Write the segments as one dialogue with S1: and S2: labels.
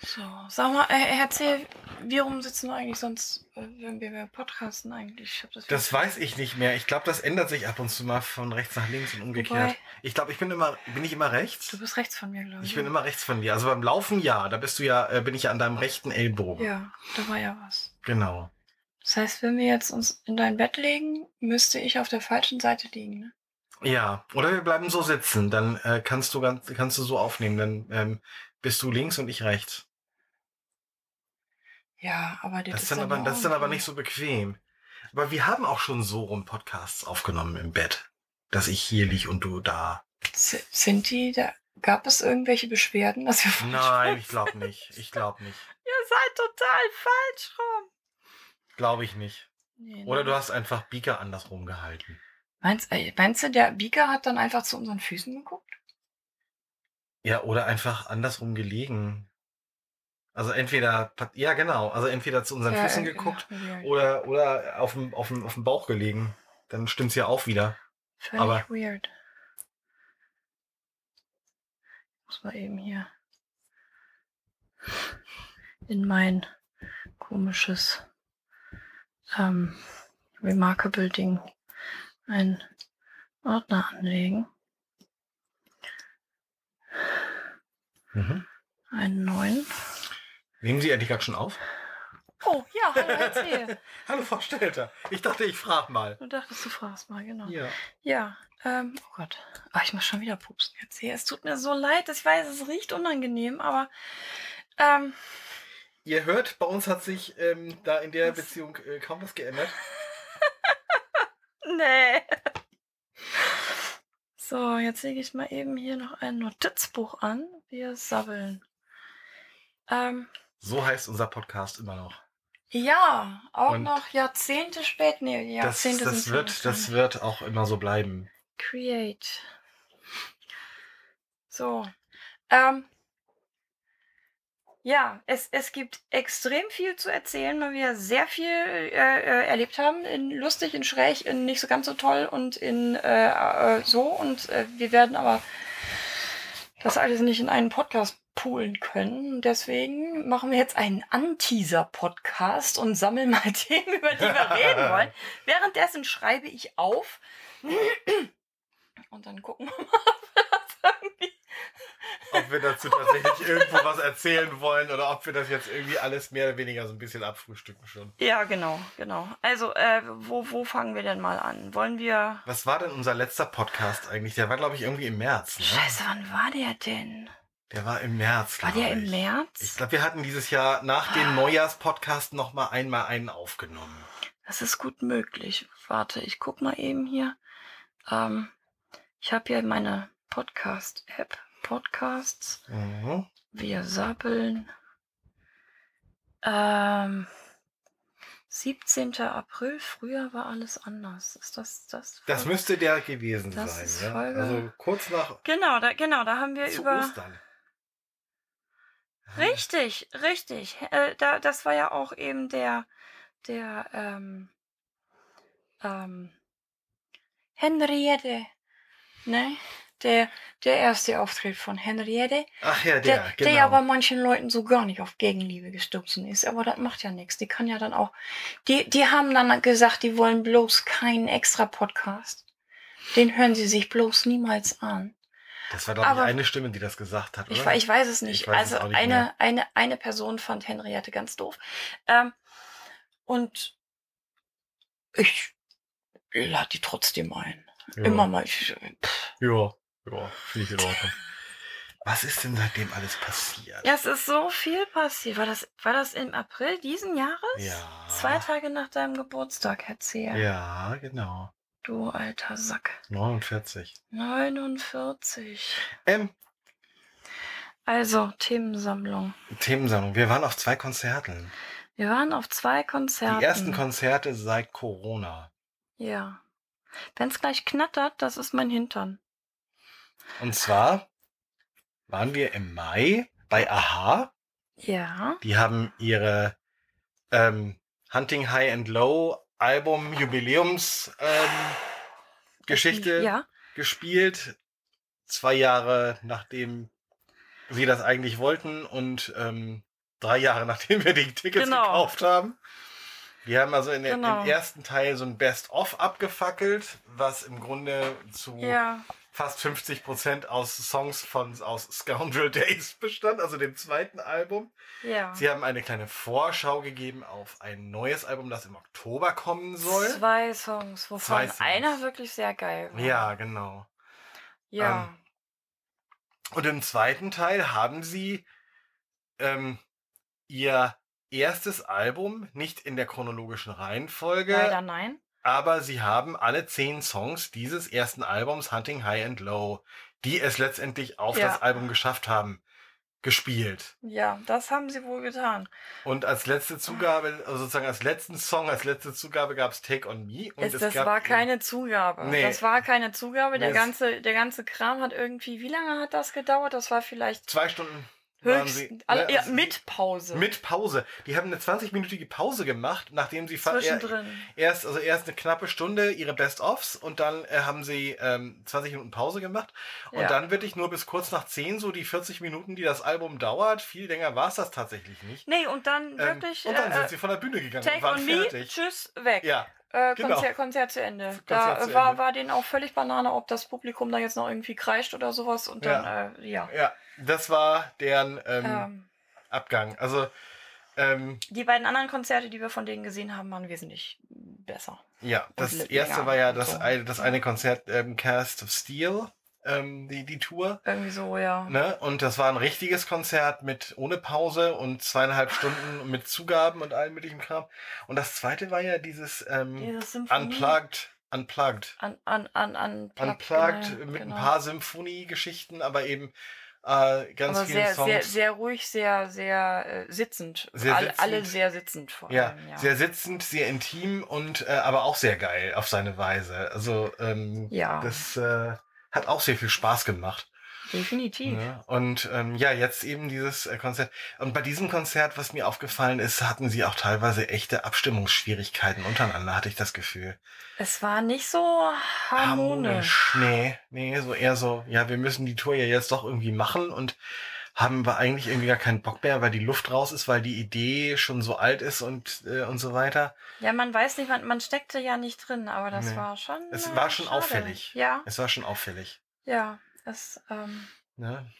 S1: So, sag mal, äh, erzähl, wie rum sitzen wir eigentlich sonst, äh, wenn wir mehr podcasten eigentlich? Ich hab das
S2: Das weiß ich nicht mehr. Ich glaube, das ändert sich ab und zu mal von rechts nach links und umgekehrt.
S1: Wobei-
S2: Ich glaube, ich bin immer, bin ich immer rechts?
S1: Du bist rechts von mir, glaube ich. ne?
S2: Ich bin immer rechts von dir. Also beim Laufen ja, da bist du ja, äh, bin ich ja an deinem rechten Ellbogen.
S1: Ja, da war ja was.
S2: Genau.
S1: Das heißt, wenn wir jetzt uns in dein Bett legen, müsste ich auf der falschen Seite liegen, ne?
S2: Ja. Oder wir bleiben so sitzen, dann äh, kannst du ganz, kannst du so aufnehmen. Dann ähm, bist du links und ich rechts.
S1: Ja, aber dir
S2: Das ist dann aber, das ist dann aber nicht so bequem. Aber wir haben auch schon so rum Podcasts aufgenommen im Bett, dass ich hier lieg und du da.
S1: so. Sind die da? Gab es irgendwelche Beschwerden, dass wir falsch
S2: Nein,
S1: rum-
S2: ich glaube nicht. Ich glaube nicht.
S1: Ihr seid total falsch rum.
S2: Glaube ich nicht.
S1: Nee,
S2: Oder du
S1: nein.
S2: hast einfach Beaker andersrum gehalten.
S1: Meinst, äh, meinst du, der Bieger hat dann einfach zu unseren Füßen geguckt?
S2: Ja, oder einfach andersrum gelegen. Also entweder, ja genau, also entweder zu unseren
S1: Ja,
S2: Füßen
S1: äh,
S2: geguckt
S1: ja, weird.
S2: oder, oder auf dem, auf dem, auf dem Bauch gelegen. Dann stimmt's ja auch wieder.
S1: Völlig
S2: aber-
S1: weird. Muss mal eben hier in mein komisches ähm, Remarkable Ding einen Ordner anlegen.
S2: Mhm.
S1: Einen neuen.
S2: Nehmen Sie endlich gerade schon auf?
S1: Oh, ja, hallo, erzähl.
S2: Hallo Frau Stelter. Ich dachte, ich frag mal.
S1: Du dachtest, du fragst mal, genau.
S2: Ja.
S1: Ja, ähm, oh Gott. Ah, ich muss schon wieder pupsen jetzt hier. Es tut mir so leid. Ich weiß, es riecht unangenehm, aber ähm,
S2: Ihr hört, bei uns hat sich ähm, da in der
S1: Was?
S2: Beziehung äh, kaum was geändert.
S1: Nee. So, jetzt lege ich mal eben hier noch ein Notizbuch an. Wir sabbeln. Ähm,
S2: So heißt unser Podcast immer noch.
S1: ja, auch
S2: Und
S1: noch Jahrzehnte spät. Nee,
S2: das,
S1: Jahrzehnte
S2: das,
S1: sind
S2: wird,
S1: schon-
S2: das wird auch immer so bleiben.
S1: Create. So. Ähm, ja, es, es gibt extrem viel zu erzählen, weil wir sehr viel äh, äh, erlebt haben. In lustig, in schräg, in nicht so ganz so toll und in äh, äh, so. Und äh, wir werden aber das alles nicht in einen Podcast poolen können. Deswegen machen wir jetzt einen Anteaser-Podcast und sammeln mal Themen, über die wir reden wollen. Währenddessen schreibe ich auf. Und dann gucken wir mal, ob wir das irgendwie.
S2: Ob wir dazu tatsächlich irgendwo was erzählen wollen oder ob wir das jetzt irgendwie alles mehr oder weniger so ein bisschen abfrühstücken schon.
S1: Ja, genau, genau. Also, äh, wo, wo fangen wir denn mal an? Wollen wir.
S2: Was war denn unser letzter Podcast eigentlich? Der war, glaube ich, irgendwie im März. Ne?
S1: Scheiße, wann war der denn?
S2: Der war im März.
S1: War
S2: glaub
S1: der im
S2: ich. Ich
S1: März? Ah.
S2: glaube, wir hatten dieses Jahr nach dem Neujahrspodcast nochmal einmal einen aufgenommen.
S1: Das ist gut möglich. Warte, ich guck mal eben hier. Ähm, ich habe hier meine Podcast-App. Podcasts.
S2: Mhm.
S1: Wir sappeln. Ähm, 17. April, früher war alles anders. Ist das das?
S2: Das müsste der gewesen
S1: Das
S2: sein.
S1: ist
S2: ja?
S1: Folge-
S2: Also kurz nach
S1: Genau, da, genau, da haben wir
S2: zu
S1: über.
S2: Ostern.
S1: Richtig, richtig. Äh, da, das war ja auch eben der, der, ähm, ähm, Henriette, ne? Der, der erste Auftritt von Henriette,
S2: Ach
S1: der,
S2: ja, der,
S1: der,
S2: genau.
S1: ja bei manchen Leuten so gar nicht auf Gegenliebe gestoßen ist, aber das macht ja nichts. Die kann ja dann auch, die, die haben dann gesagt, die wollen bloß keinen extra Podcast. Den hören sie sich bloß niemals an.
S2: das war, glaube ich,
S1: aber-
S2: eine Stimme, die das gesagt hat,
S1: Ich,
S2: oder?
S1: we- ich weiß es nicht.
S2: Ich weiß es
S1: also
S2: auch nicht
S1: eine,
S2: mehr.
S1: eine, eine Person fand Henriette ganz doof. Ähm, und ich lade die trotzdem ein.
S2: ja.
S1: Immer mal. Ich, pff.
S2: Ja, ja, finde ich in Ordnung. Was ist denn seitdem alles passiert?
S1: Ja, es ist so viel passiert. War das, war das im April diesen Jahres?
S2: Ja.
S1: Zwei Tage nach deinem Geburtstag, erzähl.
S2: Ja, genau.
S1: Du alter Sack.
S2: 49.
S1: 49.
S2: Ähm,
S1: Also, Themensammlung.
S2: Themensammlung. Wir waren auf zwei Konzerten.
S1: Wir waren auf zwei Konzerten.
S2: Die ersten Konzerte seit Corona.
S1: Ja. Wenn es gleich knattert, das ist mein Hintern.
S2: Und zwar waren wir im Mai bei Aha.
S1: Ja.
S2: Die haben ihre ähm, Hunting High and Low Album Jubiläums ähm, Geschichte
S1: Ja,
S2: gespielt. Zwei Jahre nachdem sie das eigentlich wollten und ähm, drei Jahre, nachdem wir die Tickets
S1: Genau.
S2: gekauft haben. Wir haben also in der,
S1: Genau.
S2: im ersten Teil so ein Best-of abgefackelt, was im Grunde zu
S1: Ja.
S2: fast 50 Prozent aus Songs von aus Scoundrel Days bestand, also dem zweiten Album.
S1: Ja.
S2: Sie haben eine kleine Vorschau gegeben auf ein neues Album, das im Oktober kommen soll.
S1: Zwei Songs, wovon
S2: Zwei Songs.
S1: einer wirklich sehr geil war.
S2: Ja, genau.
S1: Ja.
S2: ähm, Und im zweiten Teil haben sie ähm, ihr erstes Album nicht in der chronologischen Reihenfolge,
S1: Leider nein.
S2: aber sie haben alle zehn Songs dieses ersten Albums Hunting High and Low, die es letztendlich auf
S1: Ja.
S2: das Album geschafft haben, gespielt.
S1: Ja, das haben sie wohl getan.
S2: Und als letzte Zugabe, also sozusagen als letzten Song, als letzte Zugabe gab's Take on Me. Und
S1: Es, das war keine Zugabe.
S2: Nee.
S1: Das war keine Zugabe. Der
S2: Nee, es-
S1: ganze, der ganze Kram hat irgendwie, wie lange hat das gedauert? Das war vielleicht
S2: Zwei Stunden. waren
S1: höchst,
S2: sie-
S1: alle,
S2: ne,
S1: ja,
S2: also-
S1: mit Pause.
S2: Mit Pause. Die haben eine 20-minütige Pause gemacht, nachdem sie fa- er-
S1: zwischendrin.
S2: erst, also erst eine knappe Stunde ihre Best-ofs und dann äh, haben sie ähm, 20 Minuten Pause gemacht. Und
S1: Ja.
S2: dann wirklich nur bis kurz nach 10, so die 40 Minuten, die das Album dauert. Viel länger war's das tatsächlich nicht.
S1: Nee, und dann
S2: Ähm,
S1: wirklich
S2: und dann
S1: äh,
S2: sind sie von der Bühne gegangen und
S1: Take
S2: waren
S1: on me,
S2: fertig.
S1: tschüss, weg.
S2: Ja,
S1: Äh,
S2: genau.
S1: Konzert, Konzert zu Ende.
S2: Konzert
S1: da äh,
S2: zu
S1: war,
S2: Ende.
S1: war denen auch völlig Banane, ob das Publikum da jetzt noch irgendwie kreischt oder sowas. Und dann, äh, ja.
S2: ja. Das war deren ähm,
S1: Ähm,
S2: Abgang. Also, ähm,
S1: die beiden anderen Konzerte, die wir von denen gesehen haben, waren wesentlich besser.
S2: Ja, das
S1: Lippen,
S2: erste
S1: ja,
S2: war ja
S1: und
S2: das,
S1: so.
S2: eine, das eine Konzert, ähm, Cast of Steel, ähm, die, die Tour.
S1: Irgendwie so, ja.
S2: Ne? Und das war ein richtiges Konzert mit ohne Pause und zweieinhalb Stunden mit Zugaben und allem möglichen Kram. Und das zweite war ja dieses ähm,
S1: Dieses Symphonie-
S2: Unplugged, Unplugged.
S1: An, an, an, an,
S2: Unplugged
S1: genau,
S2: mit
S1: genau.
S2: ein paar Symphoniegeschichten, aber eben äh, ganz
S1: Aber
S2: viele
S1: sehr,
S2: Songs.
S1: sehr, sehr ruhig, sehr, sehr äh, sitzend.
S2: Sehr
S1: alle,
S2: sitzend.
S1: alle sehr sitzend vor
S2: ja,
S1: allem, ja.
S2: sehr sitzend, sehr intim und äh, aber auch sehr geil auf seine Weise. Also ähm,
S1: ja,
S2: das äh, hat auch sehr viel Spaß gemacht.
S1: definitiv.
S2: Ne? Und ähm, ja, jetzt eben dieses äh, Konzert. Und bei diesem Konzert, was mir aufgefallen ist, hatten sie auch teilweise echte Abstimmungsschwierigkeiten untereinander, hatte ich das Gefühl.
S1: Es war nicht so harmonisch.
S2: Nee, nee, so eher so, ja, wir müssen die Tour ja jetzt doch irgendwie machen und haben aber eigentlich irgendwie gar keinen Bock mehr, weil die Luft raus ist, weil die Idee schon so alt ist und, äh, und so weiter.
S1: Ja, man weiß nicht, man, man steckte ja nicht drin, aber das
S2: Nee.
S1: war schon.
S2: Es
S1: äh,
S2: war schon
S1: schade.
S2: auffällig.
S1: Ja,
S2: Es war schon auffällig.
S1: ja. Es, ähm,
S2: Ne?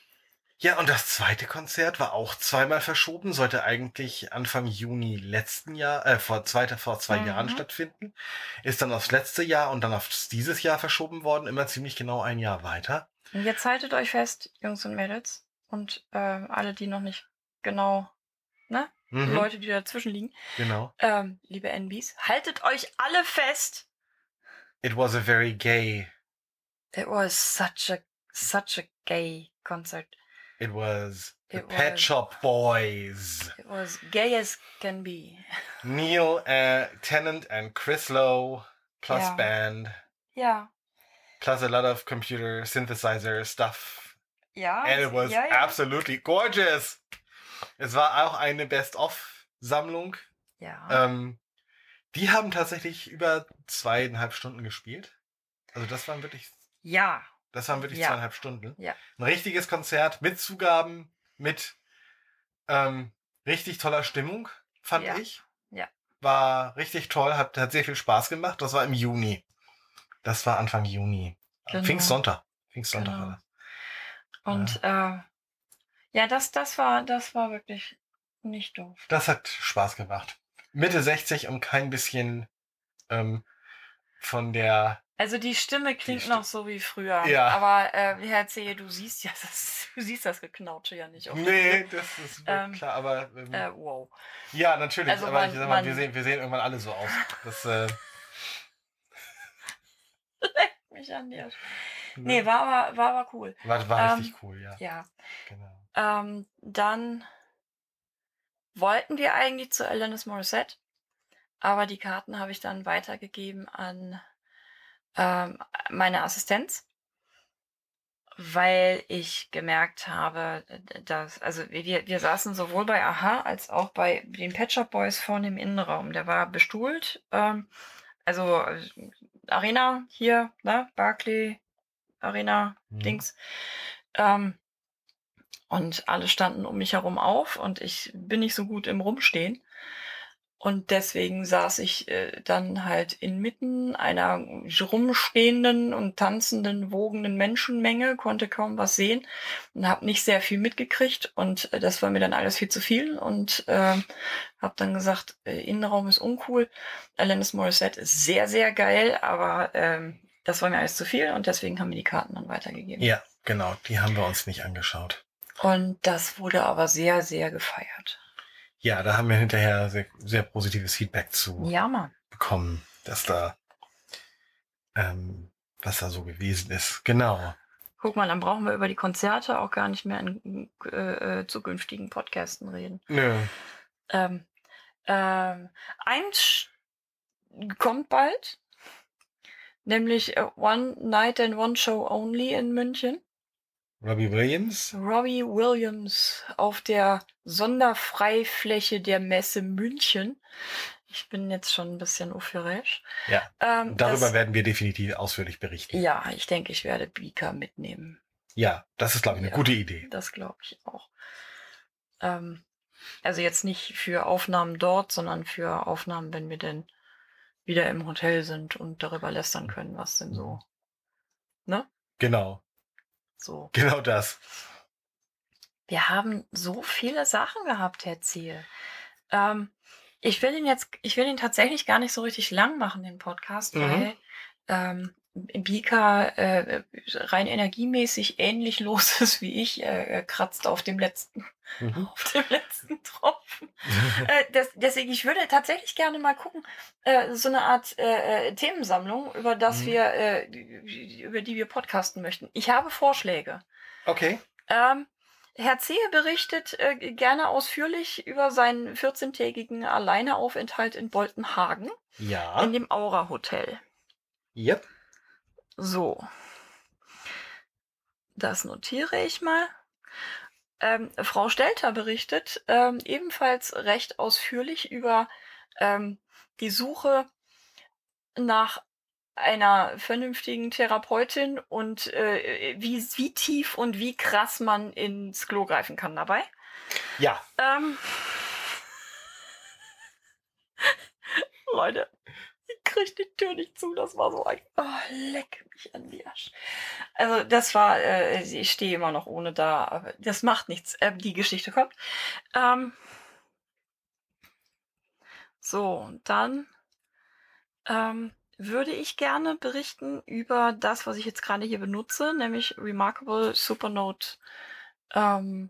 S2: Ja, und das zweite Konzert war auch zweimal verschoben, sollte eigentlich Anfang Juni letzten Jahr, äh, vor, zweiter, vor zwei
S1: Mhm.
S2: Jahren stattfinden, ist dann aufs letzte Jahr und dann aufs dieses Jahr verschoben worden, immer ziemlich genau ein Jahr weiter.
S1: und jetzt haltet euch fest, Jungs und Mädels und äh, alle, die noch nicht genau,
S2: Mhm,
S1: Leute, die dazwischen liegen,
S2: Genau.
S1: ähm, liebe NBs, haltet euch alle fest.
S2: It was a very gay,
S1: It was such a such a gay concert.
S2: it was the
S1: It
S2: Pet
S1: was.
S2: Shop Boys.
S1: It was gay as can be.
S2: Neil äh, Tennant and Chris Lowe, plus
S1: Ja.
S2: band,
S1: Ja.
S2: plus a lot of computer synthesizer stuff.
S1: Ja.
S2: And it was
S1: ja, ja.
S2: absolutely gorgeous. Es war auch eine Best-of-Sammlung.
S1: Ja.
S2: Ähm, die haben tatsächlich über zweieinhalb Stunden gespielt. Also das waren wirklich,
S1: ja.
S2: das waren wirklich
S1: Ja.
S2: zweieinhalb Stunden.
S1: Ja.
S2: Ein richtiges Konzert mit Zugaben, mit ähm, richtig toller Stimmung, fand
S1: Ja.
S2: ich.
S1: Ja.
S2: War richtig toll, hat, hat sehr viel Spaß gemacht. Das war im Juni. Das war Anfang Juni. Äh,
S1: Genau.
S2: Pfingstsonntag. Pfingstsonntag
S1: Genau.
S2: war das.
S1: Und ja, äh, ja das, das war, das war wirklich nicht doof.
S2: Das hat Spaß gemacht. Mitte 60 und kein bisschen ähm, von der.
S1: Also die Stimme klingt
S2: Stimme.
S1: noch so wie früher.
S2: Ja.
S1: Aber äh, Herr Zehe, du siehst ja das, du siehst das Geknautsche ja nicht. auf der
S2: Nee, das ist wohl
S1: Ähm,
S2: klar, aber ähm,
S1: Bühne. Äh, wow.
S2: ja, natürlich.
S1: also
S2: aber
S1: man-
S2: ich sag mal, wir
S1: man-
S2: sehen, wir sehen irgendwann alle so aus. Das, äh,
S1: Mich an dir. Nee, war aber, war aber cool.
S2: war, war
S1: ähm,
S2: richtig cool, ja.
S1: Ja.
S2: Genau.
S1: Ähm, dann wollten wir eigentlich zu Alanis Morissette, aber die Karten habe ich dann weitergegeben an ähm, meine Assistenz, weil ich gemerkt habe, dass, also wir, wir saßen sowohl bei Aha als auch bei den Pet Shop Boys vorne im Innenraum. Der war bestuhlt, ähm, also äh, Arena hier, ne, Barclay, Arena,
S2: Mhm.
S1: Dings. Ähm, Und alle standen um mich herum auf und ich bin nicht so gut im Rumstehen. Und deswegen saß ich äh, dann halt inmitten einer rumstehenden und tanzenden, wogenden Menschenmenge, konnte kaum was sehen und habe nicht sehr viel mitgekriegt. Und äh, das war mir dann alles viel zu viel und äh, habe dann gesagt, äh, Innenraum ist uncool. Alanis Morissette ist sehr, sehr geil, aber äh, das war mir alles zu viel und deswegen haben wir die Karten dann weitergegeben.
S2: Ja, genau. Die haben wir uns nicht angeschaut.
S1: Und das wurde aber sehr, sehr gefeiert.
S2: Ja, da haben wir hinterher sehr, sehr positives Feedback zu
S1: Ja, Mann.
S2: bekommen, dass da, ähm, was da so gewesen ist. Genau.
S1: Guck mal, dann brauchen wir über die Konzerte auch gar nicht mehr in äh, äh, zukünftigen Podcasten reden.
S2: Nö.
S1: Ähm, ähm, eins sch- kommt bald, nämlich äh, One Night and One Show Only in München.
S2: Robbie Williams?
S1: Robbie Williams auf der Sonderfreifläche der Messe München. Ich bin jetzt schon ein bisschen euphorisch.
S2: Ja,
S1: Ähm,
S2: Darüber
S1: das,
S2: werden wir definitiv ausführlich berichten.
S1: ja, ich denke, ich werde Beaker mitnehmen.
S2: Ja, das ist, glaube ich, eine
S1: Ja.
S2: gute Idee.
S1: Das glaube ich auch. Ähm, also jetzt nicht für Aufnahmen dort, sondern für Aufnahmen, wenn wir denn wieder im Hotel sind und darüber lästern können, was denn so,
S2: Genau,
S1: so.
S2: genau das.
S1: Wir haben so viele Sachen gehabt, Herr Ziel. Ähm, ich will ihn jetzt, ich will ihn tatsächlich gar nicht so richtig lang machen, den Podcast,
S2: Mhm.
S1: weil ähm, Bika äh, rein energiemäßig ähnlich los ist wie ich, äh, kratzt auf dem letzten,
S2: Mhm.
S1: auf dem letzten Tropfen. Äh, des, deswegen, ich würde tatsächlich gerne mal gucken, äh, so eine Art äh, äh, Themensammlung, über das
S2: Mhm.
S1: wir, äh, über die wir podcasten möchten. Ich habe Vorschläge.
S2: okay.
S1: Ähm, Herr Zehe berichtet äh, gerne ausführlich über seinen 14-tägigen Alleineaufenthalt in Boltenhagen
S2: Ja.
S1: in dem Aura Hotel.
S2: Yep.
S1: So. Das notiere ich mal. Ähm, Frau Stelter berichtet ähm, ebenfalls recht ausführlich über ähm, die Suche nach einer vernünftigen Therapeutin und äh, wie, wie tief und wie krass man ins Klo greifen kann dabei.
S2: Ja.
S1: Ähm. Leute, ich krieg die Tür nicht zu. Das war so ein. Oh, leck mich an die Asche. Also, das war. Äh, ich stehe immer noch ohne da, aber das macht nichts. Äh, die Geschichte kommt. Ähm. So, dann ähm, würde ich gerne berichten über das, was ich jetzt gerade hier benutze, nämlich Remarkable Supernote ähm,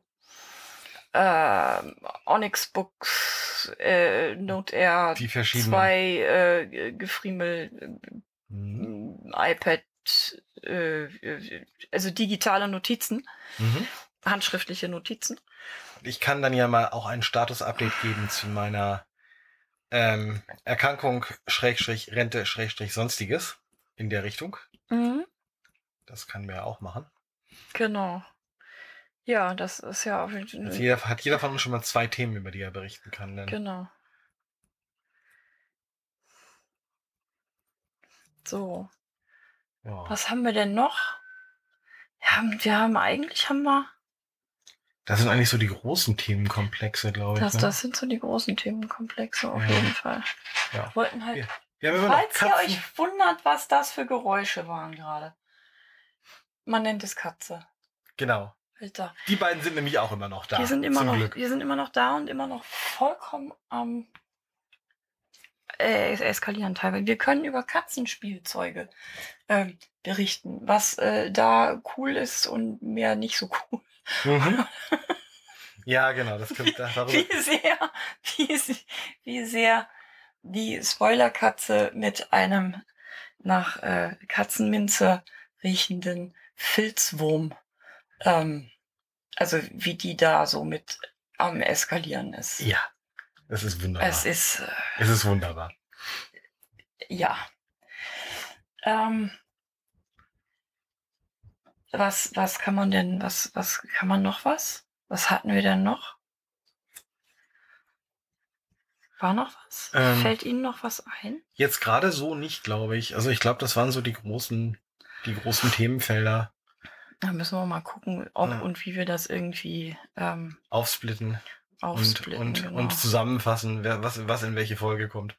S1: äh, Onyx Books äh, Note Air
S2: Die verschiedenen.
S1: zwei äh, ge- Gefriemel
S2: Mhm.
S1: äh, iPad äh, äh, also digitale Notizen,
S2: Mhm.
S1: handschriftliche Notizen.
S2: Ich kann dann ja mal auch ein Status-Update geben zu meiner ähm, Erkrankung, Schrägstrich, Rente, Schrägstrich, Sonstiges in der Richtung. Das kann man ja auch machen.
S1: Genau. Ja, das ist ja auf jeden
S2: Also jeder, hat jeder von uns schon mal zwei Themen, über die er berichten kann. Dann.
S1: Genau. So,
S2: Ja.
S1: was haben wir denn noch? Wir haben, wir haben eigentlich haben wir,
S2: Das sind eigentlich so die großen Themenkomplexe, glaube ich.
S1: das,
S2: ne?
S1: das sind so die großen Themenkomplexe auf
S2: Ja.
S1: jeden Fall.
S2: Ja.
S1: Wollten halt,
S2: Ja, Wir haben immer noch
S1: falls ihr
S2: Katzen.
S1: euch wundert, was das für Geräusche waren gerade. Man nennt es Katze.
S2: Genau.
S1: Alter,
S2: Die beiden sind nämlich auch immer noch da.
S1: die sind immer
S2: zum
S1: noch,
S2: Glück.
S1: die sind immer noch da und immer noch vollkommen am äh, es- eskalieren teilweise. Wir können über Katzenspielzeuge ähm, berichten, was äh, da cool ist und mehr nicht so cool.
S2: Mhm. ja, genau. Das kommt da, darüber.
S1: Wie sehr, wie, se- wie sehr die Spoilerkatze mit einem nach äh, Katzenminze riechenden Filzwurm, ähm, also wie die da so mit am Eskalieren ist.
S2: Ja. Es ist wunderbar.
S1: Es ist
S2: es ist wunderbar.
S1: Ja. Ähm, was, was kann man denn, was, was kann man noch was? Was hatten wir denn noch? War noch was?
S2: Ähm.
S1: Fällt Ihnen noch was ein?
S2: Jetzt gerade so nicht, glaube ich. Also ich glaube, das waren so die großen, die großen Themenfelder.
S1: Da müssen wir mal gucken, ob
S2: Ja.
S1: und wie wir das irgendwie ähm,
S2: Aufsplitten,
S1: aufsplitten.
S2: und, und,
S1: genau.
S2: und zusammenfassen, wer, was, was in welche Folge kommt.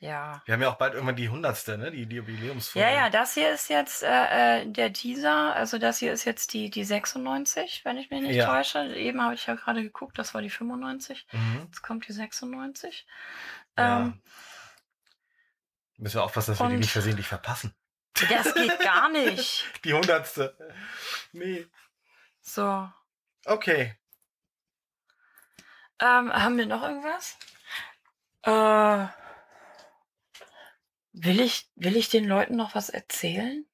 S1: ja.
S2: Wir haben ja auch bald irgendwann die hundertste, ne? Die, die Jubiläumsfolge.
S1: Ja, ja, das hier ist jetzt äh, äh, der Teaser, also das hier ist jetzt die, die 96, wenn ich mich nicht
S2: Ja.
S1: täusche. Eben habe ich ja gerade geguckt, das war die 95,
S2: Mhm.
S1: jetzt kommt die 96.
S2: Ja.
S1: Ähm,
S2: Müssen wir aufpassen, dass wir die
S1: und-
S2: nicht versehentlich verpassen.
S1: das geht gar nicht.
S2: Die hundertste. Nee.
S1: So,
S2: Okay.
S1: ähm, haben wir noch irgendwas? Äh, will, ich, will ich den Leuten noch was erzählen?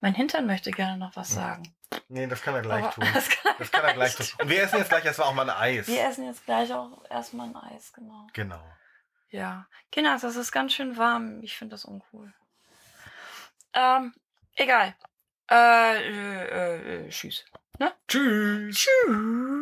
S1: Mein Hintern möchte gerne noch was
S2: Hm.
S1: sagen.
S2: Nee, das kann er gleich
S1: aber-
S2: tun.
S1: Das kann
S2: Das kann er gleich tun. Und wir essen jetzt gleich erstmal auch mal ein Eis.
S1: Wir essen jetzt gleich auch erstmal ein Eis, genau.
S2: Genau.
S1: Ja, Kinder, das ist ganz schön warm. Ich finde das uncool. Ähm, egal. Äh, äh, äh, tschüss.
S2: Tschüss.
S1: Tschüss.